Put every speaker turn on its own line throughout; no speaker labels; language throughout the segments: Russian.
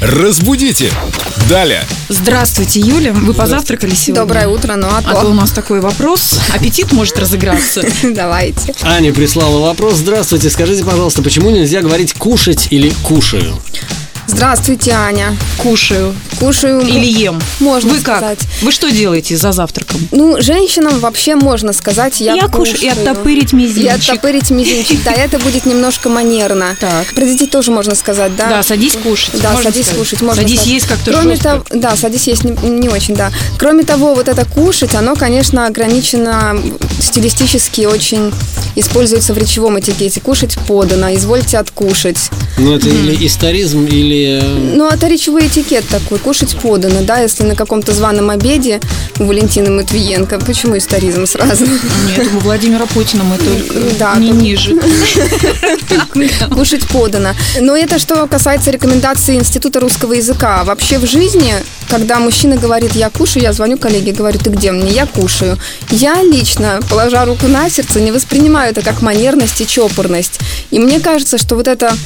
Разбудите! Далее!
Здравствуйте, Юля. Вы позавтракали сегодня?
Доброе утро, ну а
А то у
то.
нас такой вопрос. Аппетит может разыграться.
Давайте.
Аня прислала вопрос. Здравствуйте, скажите, пожалуйста, почему нельзя говорить кушать или кушаю?
Здравствуйте, Аня.
Кушаю
Кушаю. м-
или ем.
Можно
Вы как?
сказать.
Вы что делаете за завтраком?
Ну, женщинам вообще можно сказать, я,
кушаю. И оттопырить
И
мизинчик.
оттопырить мизинчик. Да, это будет немножко манерно.
Так.
Про детей тоже можно сказать, да?
Да, садись кушать.
А, Да,
можно
садись
сказать.
кушать, можно
Садись
сказать.
есть как-то
Кроме
жестко.
того, да, садись есть не, не очень, да. Кроме того, вот это кушать, оно, конечно, ограничено стилистически очень используется в речевом этикете. Кушать подано, извольте откушать.
Ну, это или историзм, или... э,
Ну, это речевой этикет такой, кушать подано, да, если на каком-то званом обеде у Валентины Матвиенко. Почему историзм сразу?
Нет, у Владимира Путина мы
Да,
только не
только-
ниже.
Кушать подано. Но это что касается рекомендаций Института русского языка. Вообще в жизни, когда мужчина говорит «я кушаю», я звоню коллеге, говорю «ты где мне?» «Я кушаю». Я лично, положа руку на сердце, не воспринимаю это как манерность и чопорность. И мне кажется, что вот это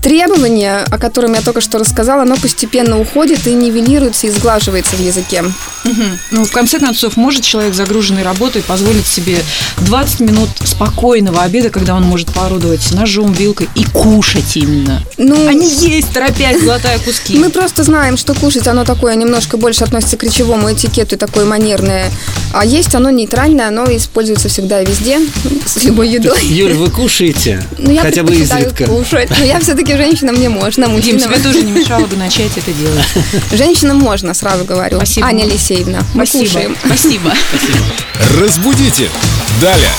требование, о котором я только что рассказала, оно постепенно уходит и нивелируется и сглаживается в языке.
Мгм. Ну, в конце концов, может человек, загруженный работой, позволить себе 20 минут спокойного обеда, когда он может порудовать ножом, вилкой и кушать именно.
Ну,
А не есть, торопясь, глотая куски.
Мы просто знаем, что кушать оно такое немножко больше относится к речевому этикету, и такое манерное. А есть оно нейтральное, оно используется всегда и везде, с любой едой.
Юль, вы кушаете?
Но Ну, я
Хотя бы
предпочитаю
изредка.
кушать. Но я все-таки женщина, мне можно,
Дим,
мужчина.
тебе тоже не мешало бы начать это делать.
Женщинам можно, сразу говорю.
Спасибо.
Аня Лисеевна, мы кушаем.
Спасибо.
Разбудите! Далее!